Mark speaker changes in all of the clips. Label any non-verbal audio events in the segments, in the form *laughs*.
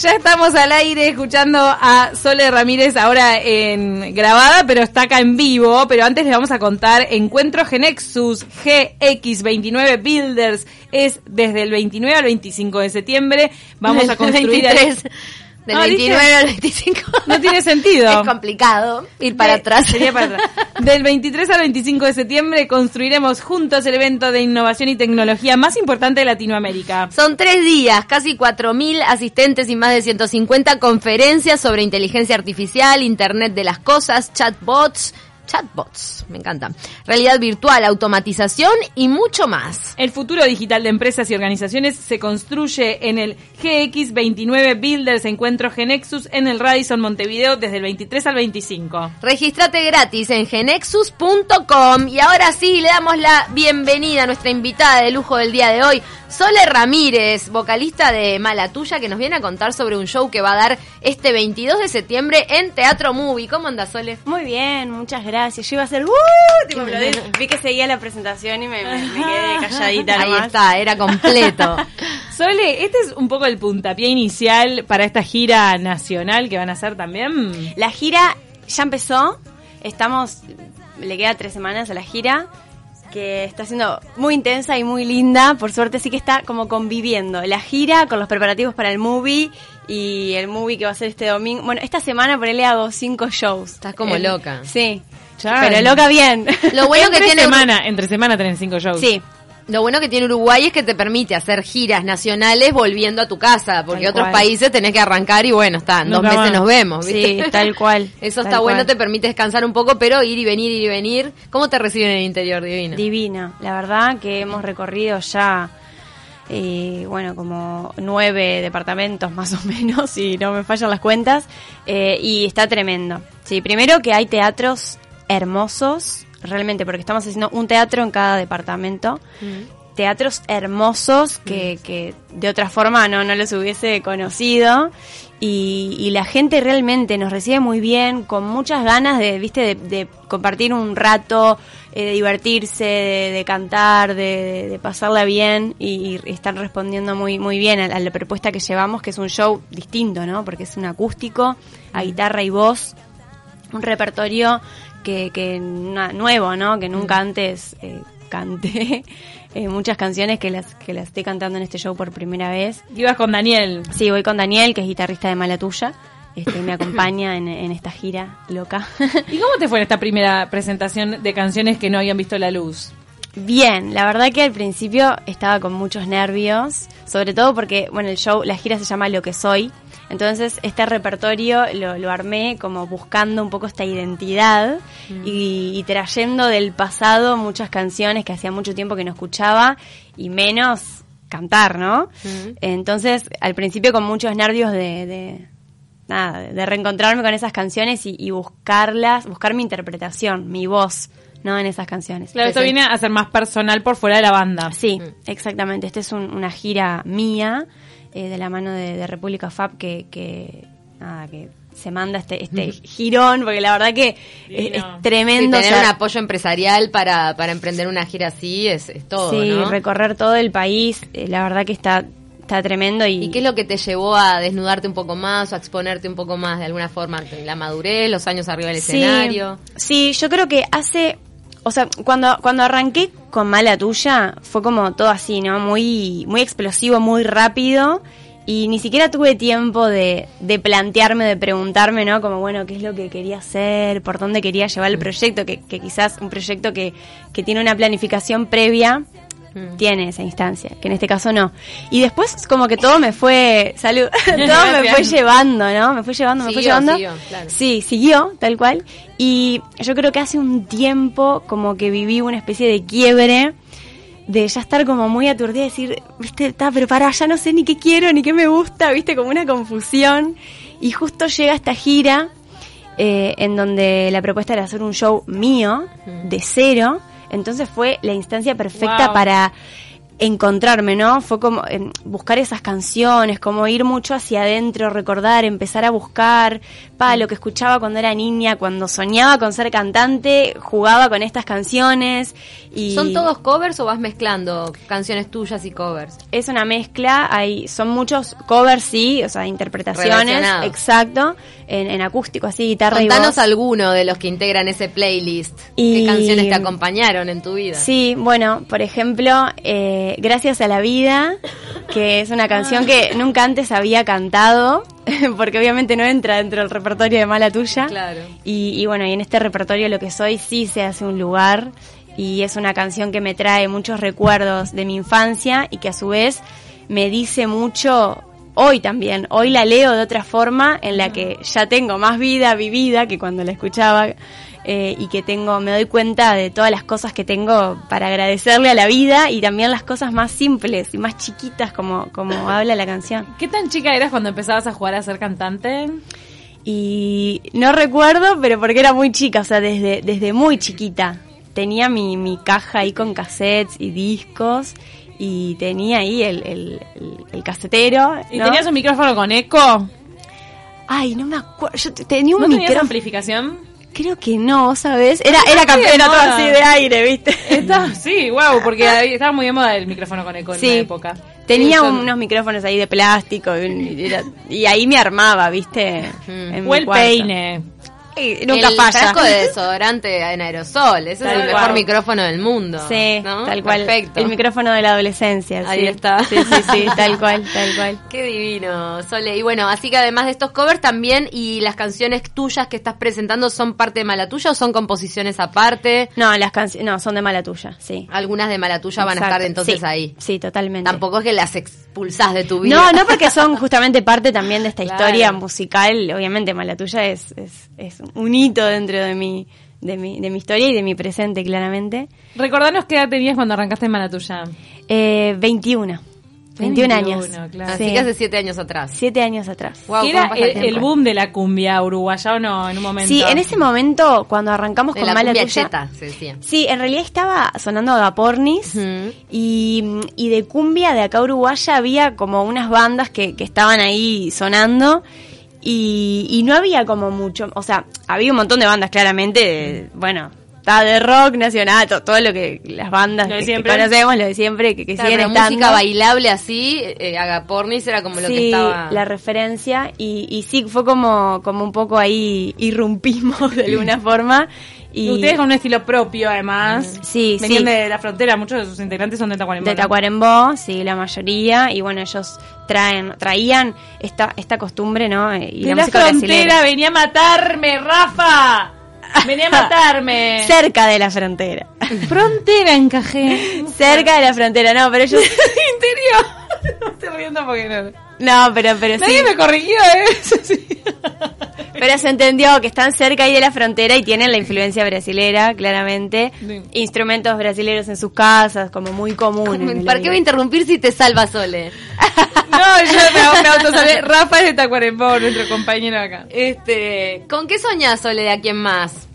Speaker 1: Ya estamos al aire escuchando a Sole Ramírez ahora en grabada, pero está acá en vivo. Pero antes les vamos a contar Encuentro Genexus GX29 Builders. Es desde el 29 al 25 de septiembre. Vamos *laughs*
Speaker 2: *laughs*
Speaker 1: a construir... ahí-
Speaker 2: 23, del
Speaker 1: Ah, ¿viste?
Speaker 2: 29 al 25.
Speaker 1: *laughs* No tiene sentido.
Speaker 2: Es complicado ir para
Speaker 1: De-
Speaker 2: atrás.
Speaker 1: sería para atrás. Del 23 al 25 de septiembre construiremos juntos el evento de innovación y tecnología más importante de Latinoamérica.
Speaker 2: *laughs* Son tres días, casi 4.000 asistentes y más de 150 conferencias sobre inteligencia artificial, Internet de las Cosas, chatbots, chatbots, me encanta, realidad virtual, automatización y mucho más.
Speaker 1: El futuro digital de empresas y organizaciones se construye en el GX29 Builders Encuentro Genexus en el Radisson Montevideo desde el 23 al 25.
Speaker 2: Regístrate gratis en genexus.com y ahora sí le damos la bienvenida a nuestra invitada de lujo del día de hoy, Sole Ramírez, vocalista de Mala Tuya, que nos viene a contar sobre un show que va a dar este 22 de septiembre en Teatro Movie. ¿Cómo anda Sole?
Speaker 3: Muy bien, muchas gracias. Yo iba a hacer ¡Uh! Tipo, aplaudí. *laughs* Vi que seguía la presentación y me, me- me quedé calladita.
Speaker 2: Ahí
Speaker 3: nomás.
Speaker 2: está,
Speaker 1: *laughs*
Speaker 2: era completo.
Speaker 1: Sole, este es un poco el puntapié inicial para esta gira nacional que van a hacer también.
Speaker 3: La gira ya empezó. Estamos, le queda tres semanas a la gira, que está siendo muy intensa y muy linda. Por suerte sí que está como conviviendo la gira con los preparativos para el movie y el movie que va a ser este domingo. Bueno, esta semana por él le hago cinco shows.
Speaker 2: Estás como
Speaker 3: El-
Speaker 2: loca.
Speaker 3: Sí.
Speaker 1: Ya.
Speaker 3: Pero loca bien. *laughs*
Speaker 2: Lo bueno que
Speaker 1: entre
Speaker 2: tiene
Speaker 1: Este semana, entre semana tienen cinco shows.
Speaker 3: sí.
Speaker 2: Lo bueno que tiene Uruguay es que te permite hacer giras nacionales volviendo a tu casa, porque
Speaker 1: Tal
Speaker 2: otros
Speaker 1: cual.
Speaker 2: países tenés que arrancar y bueno, está, en dos
Speaker 1: Nunca
Speaker 2: meses
Speaker 1: más.
Speaker 2: nos vemos, ¿viste?
Speaker 3: Sí, tal *laughs* cual.
Speaker 2: Eso
Speaker 3: Tal
Speaker 2: está bueno,
Speaker 3: cual.
Speaker 2: te permite descansar un poco, pero ir y venir, ir y venir. ¿Cómo te reciben en el interior, divino?
Speaker 3: Divina, la verdad que hemos recorrido ya, eh, bueno, como nueve departamentos más o menos, *laughs* si no me fallan las cuentas, eh, y está tremendo. Sí, primero que hay teatros hermosos, realmente, porque estamos haciendo un teatro en cada departamento. Teatros hermosos que, que de otra forma no, no los hubiese conocido. Y, y la gente realmente nos recibe muy bien, con muchas ganas de, viste, de, de compartir un rato, eh, de divertirse, de, de cantar, de, de- de pasarla bien y, y están respondiendo muy muy bien a, la- a la propuesta que llevamos, que es un show distinto, ¿no? Porque es un acústico, a guitarra y voz, un repertorio que, que na- nuevo, ¿no? Que nunca antes eh, canté *laughs* eh, muchas canciones que las que las estoy cantando en este show por primera vez.
Speaker 1: Ibas con Daniel.
Speaker 3: Sí, voy con Daniel, que es guitarrista de Mala Tuya. Este, me acompaña en, en esta gira loca. *laughs*
Speaker 1: ¿Y cómo te fue en esta primera presentación de canciones que no habían visto la luz?
Speaker 3: Bien, la verdad que al principio estaba con muchos nervios, sobre todo porque, bueno, el show, la gira se llama Lo que soy, entonces este repertorio lo, lo armé como buscando un poco esta identidad y, y trayendo del pasado muchas canciones que hacía mucho tiempo que no escuchaba y menos cantar, ¿no? Entonces, al principio con muchos nervios de, de- nada, de reencontrarme con esas canciones y, y buscarlas, buscar mi interpretación, mi voz, ¿no? En esas canciones.
Speaker 1: Claro, esto
Speaker 3: Entonces,
Speaker 1: viene a ser más personal por fuera de la banda.
Speaker 3: Sí, exactamente. Esta es un- una gira mía eh, de la mano de, de República Fab que, que, nada, que se manda este, este girón, porque la verdad que es, es
Speaker 1: Divino.
Speaker 2: Sí,
Speaker 3: tremendo. o
Speaker 2: tener
Speaker 3: sea,
Speaker 2: un apoyo empresarial para, para emprender una gira así es, es todo,
Speaker 3: sí,
Speaker 2: ¿no?
Speaker 3: recorrer todo el país, eh, la verdad que está, está tremendo. Y,
Speaker 2: ¿Y qué es lo que te llevó a desnudarte un poco más o a exponerte un poco más de alguna forma? La madurez, los años arriba del escenario.
Speaker 3: Sí, yo creo que hace, o sea, cuando, cuando arranqué con Mala Tuya, fue como todo así, ¿no? Muy, muy explosivo, muy rápido. Y ni siquiera tuve tiempo de, de plantearme, de preguntarme, ¿no? Como, bueno, ¿qué es lo que quería hacer? ¿Por dónde quería llevar el proyecto? Que, que quizás un proyecto que, que tiene una planificación previa
Speaker 2: Mm.
Speaker 3: tiene esa instancia, que en este caso no. Y después como que todo me fue, salud, *laughs* todo me fue
Speaker 1: Gracias.
Speaker 3: llevando, ¿no? Me fue llevando, me fue
Speaker 2: Siguió,
Speaker 3: llevando.
Speaker 2: siguió, claro.
Speaker 3: Sí, siguió, tal cual. Y yo creo que hace un tiempo como que viví una especie de quiebre de ya estar como muy aturdida y decir, viste, está, pero para, ya no sé ni qué quiero, ni qué me gusta, viste, como una confusión. Y justo llega esta gira eh, en donde la propuesta era hacer un show mío, de cero. Entonces fue la instancia perfecta
Speaker 1: Wow.
Speaker 3: para encontrarme, ¿no? Fue como eh, buscar esas canciones, como ir mucho hacia adentro, recordar, empezar a buscar, pa, lo que escuchaba cuando era niña, cuando soñaba con ser cantante, jugaba con estas canciones y
Speaker 2: ¿Son todos covers o vas mezclando canciones tuyas y covers?
Speaker 3: es una mezcla, hay, son muchos covers, sí, o sea, interpretaciones,
Speaker 2: Relacionados.
Speaker 3: exacto, en, en acústico, así, guitarra y voz.
Speaker 2: Contanos alguno de los que integran ese playlist.
Speaker 3: Y-
Speaker 2: ¿Qué canciones te acompañaron en tu vida?
Speaker 3: Sí, bueno, por ejemplo, eh, Gracias a la vida, que es una canción que nunca antes había cantado, *laughs* porque obviamente no entra dentro del repertorio de Mala Tuya.
Speaker 2: Claro.
Speaker 3: Y, y bueno, y en este repertorio lo que soy sí se hace un lugar y es una canción que me trae muchos recuerdos de mi infancia y que a su vez me dice mucho hoy también. Hoy la leo de otra forma en la que ya tengo más vida vivida que cuando la escuchaba eh, y que tengo, me doy cuenta de todas las cosas que tengo para agradecerle a la vida y también las cosas más simples y más chiquitas como, como habla la canción.
Speaker 1: ¿Qué tan chica eras cuando empezabas a jugar a ser cantante?
Speaker 3: Y no recuerdo, pero porque era muy chica, o sea, desde, desde muy chiquita. Tenía mi, mi caja ahí con cassettes y discos y tenía ahí el, el, el- el casetero.
Speaker 1: ¿Y
Speaker 3: ¿no?
Speaker 1: tenías un micrófono con eco?
Speaker 3: Ay, no me acuerdo. Yo te- tenía un
Speaker 1: ¿No tenías *laughs*
Speaker 3: micrófono.
Speaker 1: amplificación?
Speaker 3: Creo que no, ¿sabes? Era, era
Speaker 1: muy de
Speaker 3: campeona todo
Speaker 1: moda.
Speaker 3: así de aire, ¿viste?
Speaker 1: Está, sí, wow, porque ahí estaba muy de moda el micrófono con eco en
Speaker 3: Sí.
Speaker 1: una época.
Speaker 3: *laughs* Tenía
Speaker 1: Sí, yo-
Speaker 3: unos micrófonos ahí de plástico y, un- y era- y ahí me armaba, ¿viste?
Speaker 2: Mm.
Speaker 3: En
Speaker 1: O
Speaker 3: mi
Speaker 1: el
Speaker 3: cuarto.
Speaker 1: peine.
Speaker 3: Y nunca
Speaker 2: el
Speaker 3: falla.
Speaker 2: frasco
Speaker 3: *laughs*
Speaker 2: de desodorante en aerosol. Ese
Speaker 1: Tal
Speaker 2: es el mejor
Speaker 1: cual.
Speaker 2: micrófono del mundo.
Speaker 3: Sí,
Speaker 2: ¿no?
Speaker 3: tal cual.
Speaker 2: Perfecto.
Speaker 3: El micrófono de la adolescencia.
Speaker 2: Ahí
Speaker 3: sí.
Speaker 2: está.
Speaker 3: Sí, sí,
Speaker 2: *laughs*
Speaker 3: sí, tal cual, tal cual.
Speaker 2: Qué divino, Sole. Y bueno, así que además de estos covers también y las canciones tuyas que estás presentando son parte de Mala Tuya o son composiciones aparte.
Speaker 3: No, las canciones, no, son de mala tuya, sí.
Speaker 2: Algunas de Mala Tuya van a
Speaker 3: Exacto,
Speaker 2: estar entonces
Speaker 3: sí,
Speaker 2: ahí.
Speaker 3: Sí, totalmente.
Speaker 2: Tampoco es que las expulsás de tu vida. *laughs*
Speaker 3: No, no porque son justamente parte también de esta
Speaker 2: Claro.
Speaker 3: historia musical. Obviamente, mala tuya es, es, es un hito dentro de mi, de mi, de mi historia y de mi presente, claramente.
Speaker 1: Recordanos qué edad tenías cuando arrancaste en Manatuya.
Speaker 3: Eh, 21. 21 años.
Speaker 1: 21, claro.
Speaker 2: Así
Speaker 3: Sí,
Speaker 2: que hace siete años atrás.
Speaker 3: Siete años atrás.
Speaker 2: Guau,
Speaker 1: Que
Speaker 2: ¿cómo
Speaker 1: era
Speaker 2: pasa
Speaker 1: el, el
Speaker 2: tiempo?
Speaker 1: boom de la cumbia uruguaya o no, en un momento.
Speaker 3: Sí, en ese momento, cuando arrancamos
Speaker 2: De
Speaker 3: con
Speaker 2: la
Speaker 3: Mala
Speaker 2: cumbia
Speaker 3: Tuya.
Speaker 2: cheta, se decía.
Speaker 3: Sí, en realidad estaba sonando Agapornis
Speaker 2: Ujú.
Speaker 3: y, y de cumbia de acá uruguaya había como unas bandas que, que estaban ahí sonando y, y no había como mucho, o sea, había un montón de bandas claramente, de- bueno, está de rock nacional, to- todo lo que las bandas
Speaker 1: Lo de
Speaker 3: que- que
Speaker 1: siempre.
Speaker 3: conocemos, lo de siempre, que, que
Speaker 2: Claro,
Speaker 3: siguen
Speaker 2: pero
Speaker 3: estando.
Speaker 2: música bailable así, eh, Agapornis era como lo
Speaker 3: Sí,
Speaker 2: que estaba.
Speaker 3: la referencia y, y sí, fue como, como un poco ahí irrumpimos
Speaker 2: *clears throat*
Speaker 3: de alguna forma. Y
Speaker 1: Y ustedes con un estilo propio, además.
Speaker 3: Sí,
Speaker 1: Venían
Speaker 3: sí.
Speaker 1: de la frontera, muchos de sus integrantes son de Tacuarembó.
Speaker 3: de
Speaker 1: ¿no?
Speaker 3: Tacuarembó, sí, la mayoría, y bueno, ellos traen, traían esta, esta costumbre, ¿no? Eh, Y
Speaker 1: de la frontera
Speaker 3: brasilera.
Speaker 1: venía a matarme, Rafa. *laughs* Venía a matarme.
Speaker 3: Cerca de la frontera.
Speaker 1: frontera encajé.
Speaker 3: Cerca de la frontera, no, pero ellos.
Speaker 1: *laughs* Interior. No estoy riendo porque no.
Speaker 3: No, pero, pero sí.
Speaker 1: Nadie me corrigió, ¿eh? *laughs* Eso sí.
Speaker 3: Pero se entendió que están cerca ahí de la frontera y tienen la influencia brasilera, claramente.
Speaker 1: Sí.
Speaker 3: Instrumentos brasileros en sus casas, como muy común. en el
Speaker 2: ¿Para qué voy a
Speaker 3: oído.
Speaker 2: interrumpir si te salva Sole?
Speaker 1: No, yo me, me autosalvé. Rafa es de Tacuarembó, nuestro compañero acá.
Speaker 2: Este, ¿con qué soñás Sole de a quién más?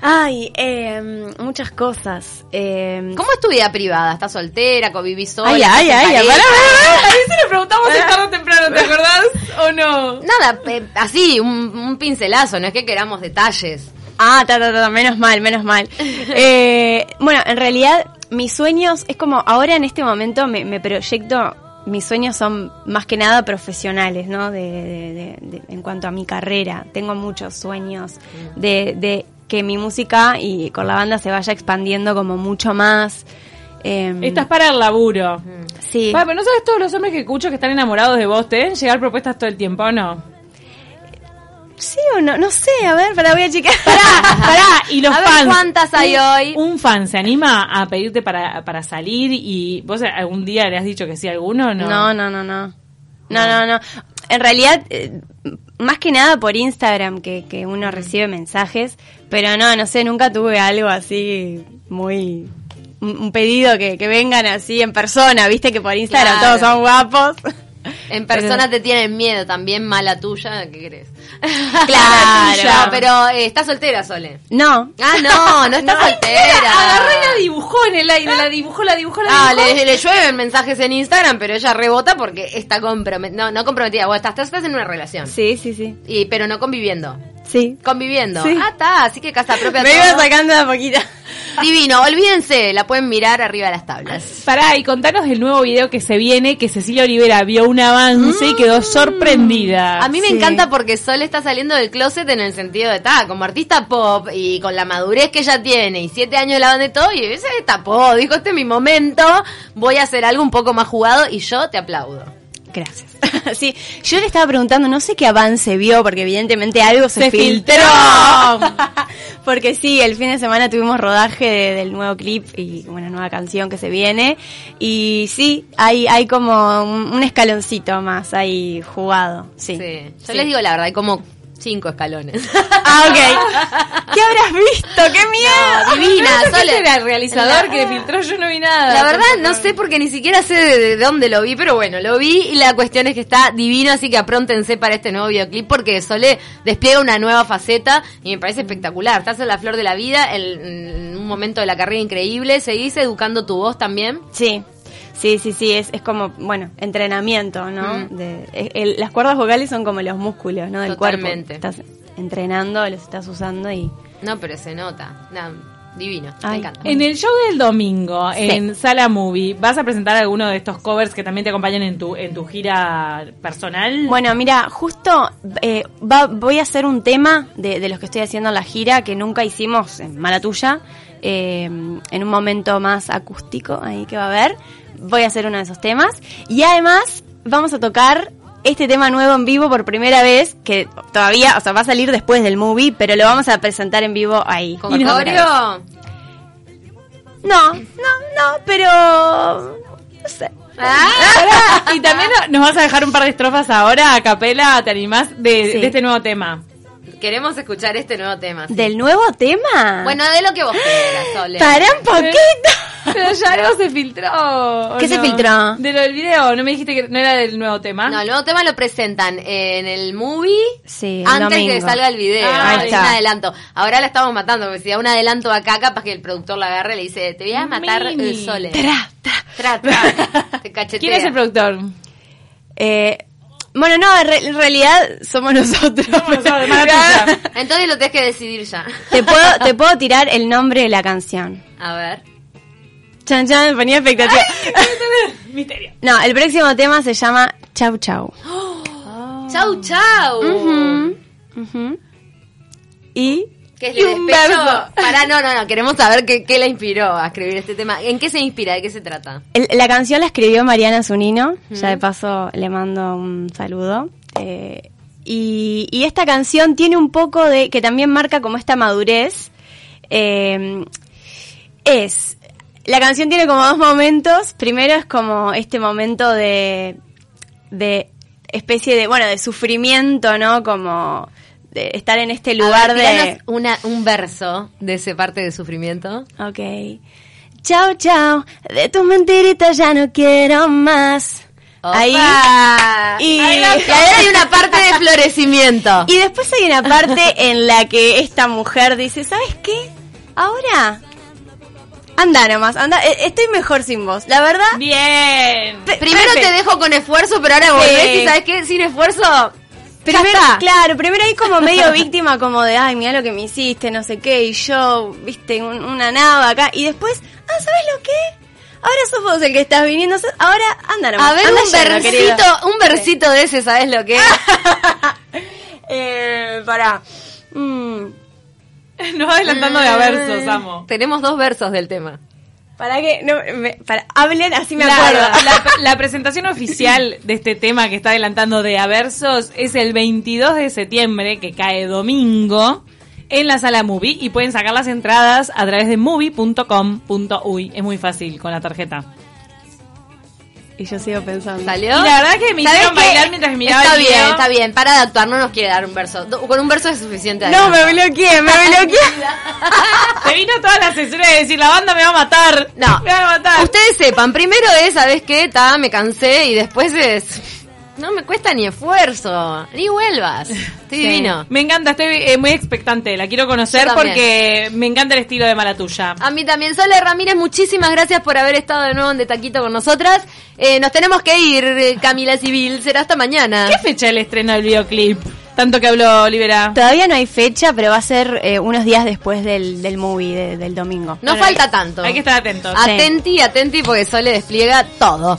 Speaker 3: Ay, eh, muchas cosas. Eh,
Speaker 2: ¿Cómo es tu vida privada? ¿Estás soltera? ¿Convivís sola?
Speaker 3: Ay, ay,
Speaker 2: ¿Estás en
Speaker 3: ay,
Speaker 2: pareja?
Speaker 3: pará,
Speaker 1: Ahí se lo preguntamos si tarde o temprano, ¿te acordás? ¿O no?
Speaker 2: Nada, pe- así, un, un pincelazo, no es que queramos detalles.
Speaker 3: Ah, ta, ta, ta, ta, menos mal, menos mal. Eh, bueno, en realidad mis sueños es como ahora en este momento me, me proyecto, mis sueños son más que nada profesionales, ¿no? De, de- de- de- en cuanto a mi carrera, tengo muchos sueños de, de que mi música y con la banda se vaya expandiendo como mucho más. Em,
Speaker 1: Estás para el laburo.
Speaker 3: sí.
Speaker 1: Pa, pero no sabes todos los hombres que escucho que están enamorados de vos, te deben llegar propuestas todo el tiempo, ¿o no?
Speaker 3: sí o no, no sé, a ver, para voy a checar.
Speaker 1: *laughs* Pará, y los
Speaker 2: A ver,
Speaker 1: fans.
Speaker 2: ¿cuántas hay
Speaker 1: Un-
Speaker 2: hoy?
Speaker 1: Un fan se anima a pedirte para, para salir y vos algún día le has dicho que sí a alguno o no.
Speaker 3: No, no, no, no. No, no, no. En realidad, eh, más que nada por Instagram que, que uno recibe mensajes, pero no, no sé, nunca tuve algo así muy... Un un pedido que, que vengan así en persona, viste que por Instagram
Speaker 2: Claro.
Speaker 3: todos son guapos. *laughs*
Speaker 2: En persona te tienen miedo también, mala tuya, ¿qué crees? *laughs*
Speaker 3: Claro.
Speaker 2: Tuya, pero eh, está soltera, Sole.
Speaker 3: No.
Speaker 2: Ah, no, no está
Speaker 1: Agarró y la
Speaker 2: soltera.
Speaker 1: dibujó en el aire, la dibujó, la dibujó, la
Speaker 2: Ah,
Speaker 1: dibujó.
Speaker 2: le, le llueven mensajes en Instagram, pero ella rebota porque está comprometida. No, no comprometida. Vos estás, estás en una relación.
Speaker 3: Sí, sí, sí.
Speaker 2: Y, pero no conviviendo.
Speaker 3: Sí.
Speaker 2: Conviviendo.
Speaker 3: Sí.
Speaker 2: Ah, está. Así que casa propia.
Speaker 3: Me
Speaker 2: todo.
Speaker 3: iba sacando de a poquita.
Speaker 2: Divino. Olvídense. La pueden mirar arriba de las tablas.
Speaker 1: Pará, y contanos el nuevo video que se viene, que Cecilia Olivera vio un avance y quedó sorprendida.
Speaker 2: Mm. A mí me
Speaker 3: Ah, Sí.
Speaker 2: encanta porque Sol está saliendo del closet en el sentido de, ta, como artista pop y con la madurez que ella tiene y siete años de la de todo, y se tapó, dijo, este es mi momento, voy a hacer algo un poco más jugado y yo te aplaudo.
Speaker 3: Gracias. *laughs* Sí, yo le estaba preguntando, no sé qué avance vio, porque evidentemente algo se,
Speaker 1: Se filtró.
Speaker 3: *laughs* porque sí, el fin de semana tuvimos rodaje de- del nuevo clip y una nueva canción que se viene. Y sí, hay, hay como un, un escaloncito más ahí jugado. Sí.
Speaker 2: Sí. Yo
Speaker 3: Sí.
Speaker 2: les digo la verdad, hay como cinco escalones.
Speaker 3: *laughs* Ah, ok. ¿Qué habrás visto? ¡Qué miedo!
Speaker 2: *laughs* No,
Speaker 3: *laughs*
Speaker 2: divina,
Speaker 1: No sé qué
Speaker 2: Sole.
Speaker 1: será el realizador
Speaker 2: La-
Speaker 1: que le filtró, yo no vi nada.
Speaker 2: La verdad no sé porque ni siquiera sé de, de dónde lo vi, pero bueno, lo vi y la cuestión es que está divino, así que apróntense para este nuevo videoclip porque Sole despliega una nueva faceta y me parece espectacular. Estás en la flor de la vida, en, en un momento de la carrera increíble, seguís educando tu voz también.
Speaker 3: Sí. Sí, sí, sí, es, es como, bueno, entrenamiento, ¿no?
Speaker 2: Mm.
Speaker 3: De- es- el- las cuerdas vocales son como los músculos, ¿no? Del
Speaker 2: Totalmente.
Speaker 3: cuerpo. Estás entrenando, los estás usando y...
Speaker 2: No, pero se nota. Nah, divino, me
Speaker 3: Ay.
Speaker 2: encanta.
Speaker 1: En el show del domingo, en Sala Movie, ¿vas a presentar alguno de estos covers que también te acompañan en tu, en tu gira personal?
Speaker 3: Bueno, mira, justo eh, va- voy a hacer un tema de, de los que estoy haciendo en la gira que nunca hicimos en Mala Tuya, eh, en un momento más acústico ahí que va a haber. Voy a hacer uno de esos temas. Y además vamos a tocar este tema nuevo en vivo por primera vez, que todavía, o sea, va a salir después del movie, pero lo vamos a presentar en vivo ahí.
Speaker 2: Con
Speaker 1: ¿Y nos-
Speaker 2: coreo.
Speaker 3: No, no, no, pero... No sé.
Speaker 2: Ah,
Speaker 1: Pará, y también no- nos vas a dejar un par de estrofas ahora a capela, ¿te animás? De,
Speaker 3: Sí.
Speaker 1: de este nuevo tema.
Speaker 2: Queremos escuchar este nuevo tema. sí.
Speaker 3: ¿Del nuevo tema?
Speaker 2: Bueno, de lo que vos quieras, Sole.
Speaker 3: para un poquito.
Speaker 1: Pero ya algo se filtró. ¿o
Speaker 3: ¿Qué se
Speaker 1: no?
Speaker 3: filtró?
Speaker 1: De lo del video, no me dijiste que no era del nuevo tema.
Speaker 2: No, el nuevo tema lo presentan en el movie
Speaker 3: Sí, el
Speaker 2: antes
Speaker 3: domingo.
Speaker 2: que salga el video.
Speaker 1: Ah,
Speaker 2: es
Speaker 1: ahí
Speaker 2: un
Speaker 3: está.
Speaker 2: adelanto. Ahora la estamos matando, porque si da un adelanto acá, capaz que el productor la agarre y le dice, te voy a matar
Speaker 1: Mini.
Speaker 2: el eh. sole.
Speaker 3: Tra, tra.
Speaker 2: Tra, tra. Te cachetea.
Speaker 1: ¿Quién es el productor?
Speaker 3: Eh, bueno, no, en re- en realidad somos nosotros.
Speaker 1: nosotros,
Speaker 3: *laughs*
Speaker 1: Mala Tuya.
Speaker 2: Entonces lo tenés que decidir ya.
Speaker 3: te, puedo, te puedo tirar el nombre de la canción.
Speaker 2: A ver.
Speaker 3: Chan Chan, ponía expectativa.
Speaker 1: Misterio.
Speaker 3: No, el próximo tema se llama Chau Chau.
Speaker 2: Chau, chau.
Speaker 3: Ujú. Y
Speaker 2: Que es
Speaker 3: Y un verso.
Speaker 2: Pará, no, no, no. Queremos saber qué, qué la inspiró a escribir este tema. ¿En qué se inspira? ¿De qué se trata?
Speaker 3: el- la canción la escribió Mariana Zunino. Ya de paso le mando un saludo. Eh, y, y esta canción tiene un poco de. que también marca como esta madurez. Eh, es. La canción tiene como dos momentos. Primero es como este momento de. de especie de. bueno, de sufrimiento, ¿no? Como. de estar en este lugar
Speaker 2: A ver,
Speaker 3: de.
Speaker 2: tiranos una- un verso de ese parte de sufrimiento.
Speaker 3: Ok. Chao, chao. De tus mentiritas ya no quiero más. Ahí.
Speaker 2: Ahí.
Speaker 3: Y-
Speaker 2: Y, y ahí hay una parte *laughs* de florecimiento.
Speaker 3: Y después hay una parte *laughs* en la que esta mujer dice, ¿sabes qué? Ahora. Anda nomás, anda. E- Estoy mejor sin vos. La verdad.
Speaker 1: Bien.
Speaker 3: pe-
Speaker 2: Primero
Speaker 3: prefe-
Speaker 2: te dejo con esfuerzo, pero ahora volvés y sabes qué, sin esfuerzo. ya
Speaker 3: Primero,
Speaker 2: está.
Speaker 3: claro, primero hay
Speaker 2: *laughs*
Speaker 3: como medio víctima, como de, ay, mira lo que me hiciste, no sé qué, y yo, viste, un- una nava acá, y después, ah, ¿sabes lo que? Ahora sos vos el que estás viniendo, sos- ahora anda nomás.
Speaker 2: A ver,
Speaker 3: anda
Speaker 2: un
Speaker 3: yendo, querido.
Speaker 2: versito, un versito de ese, ¿sabes lo que es?
Speaker 1: Ah.
Speaker 3: Eh, pará. Mm,
Speaker 1: Nos va adelantando de a versos, amo.
Speaker 2: Tenemos dos versos del tema.
Speaker 3: para que, no, me- para, hablen así me acuerdo.
Speaker 1: La, la- la presentación oficial de este tema que está adelantando de Aversos es el 22 de septiembre, que cae domingo, en la sala Movie y pueden sacar las entradas a través de movie.com.uy. Es muy fácil con la tarjeta.
Speaker 3: Y yo sigo pensando.
Speaker 2: ¿Salió?
Speaker 1: Y la verdad que me
Speaker 2: ¿Sabes
Speaker 1: hicieron
Speaker 2: qué?
Speaker 1: bailar mientras miraba
Speaker 2: Está
Speaker 1: el
Speaker 2: bien,
Speaker 1: video.
Speaker 2: está bien. Para de actuar, no nos quiere dar un verso. Do- Con un verso es suficiente.
Speaker 3: No,
Speaker 2: adelante.
Speaker 3: me bloqueé, me bloqueé.
Speaker 1: Te vino toda la censura de decir, la banda me va a matar.
Speaker 2: No.
Speaker 1: Me va a matar.
Speaker 2: Ustedes sepan, primero es, ¿sabes qué? Ta, me cansé y después es. No me cuesta ni esfuerzo, ni vuelvas.
Speaker 1: Sí.
Speaker 2: Estoy divino.
Speaker 1: Me encanta, estoy eh, muy expectante. La quiero conocer
Speaker 2: Yo también. Ah.
Speaker 1: porque me encanta el estilo de Malatuya.
Speaker 2: A mí también. Sole Ramírez, muchísimas gracias por haber estado de nuevo en De Taquito con nosotras. Eh, nos tenemos que ir, eh, Camila Civil. Será hasta mañana.
Speaker 1: ¿Qué fecha el estreno del videoclip? Tanto que habló Olivera.
Speaker 3: Todavía no hay fecha, pero va a ser eh, unos días después del, del movie de- del domingo.
Speaker 2: No
Speaker 1: Bueno,
Speaker 2: falta tanto.
Speaker 1: Hay que estar atentos.
Speaker 2: Atenti, atenti, porque Sole despliega todo.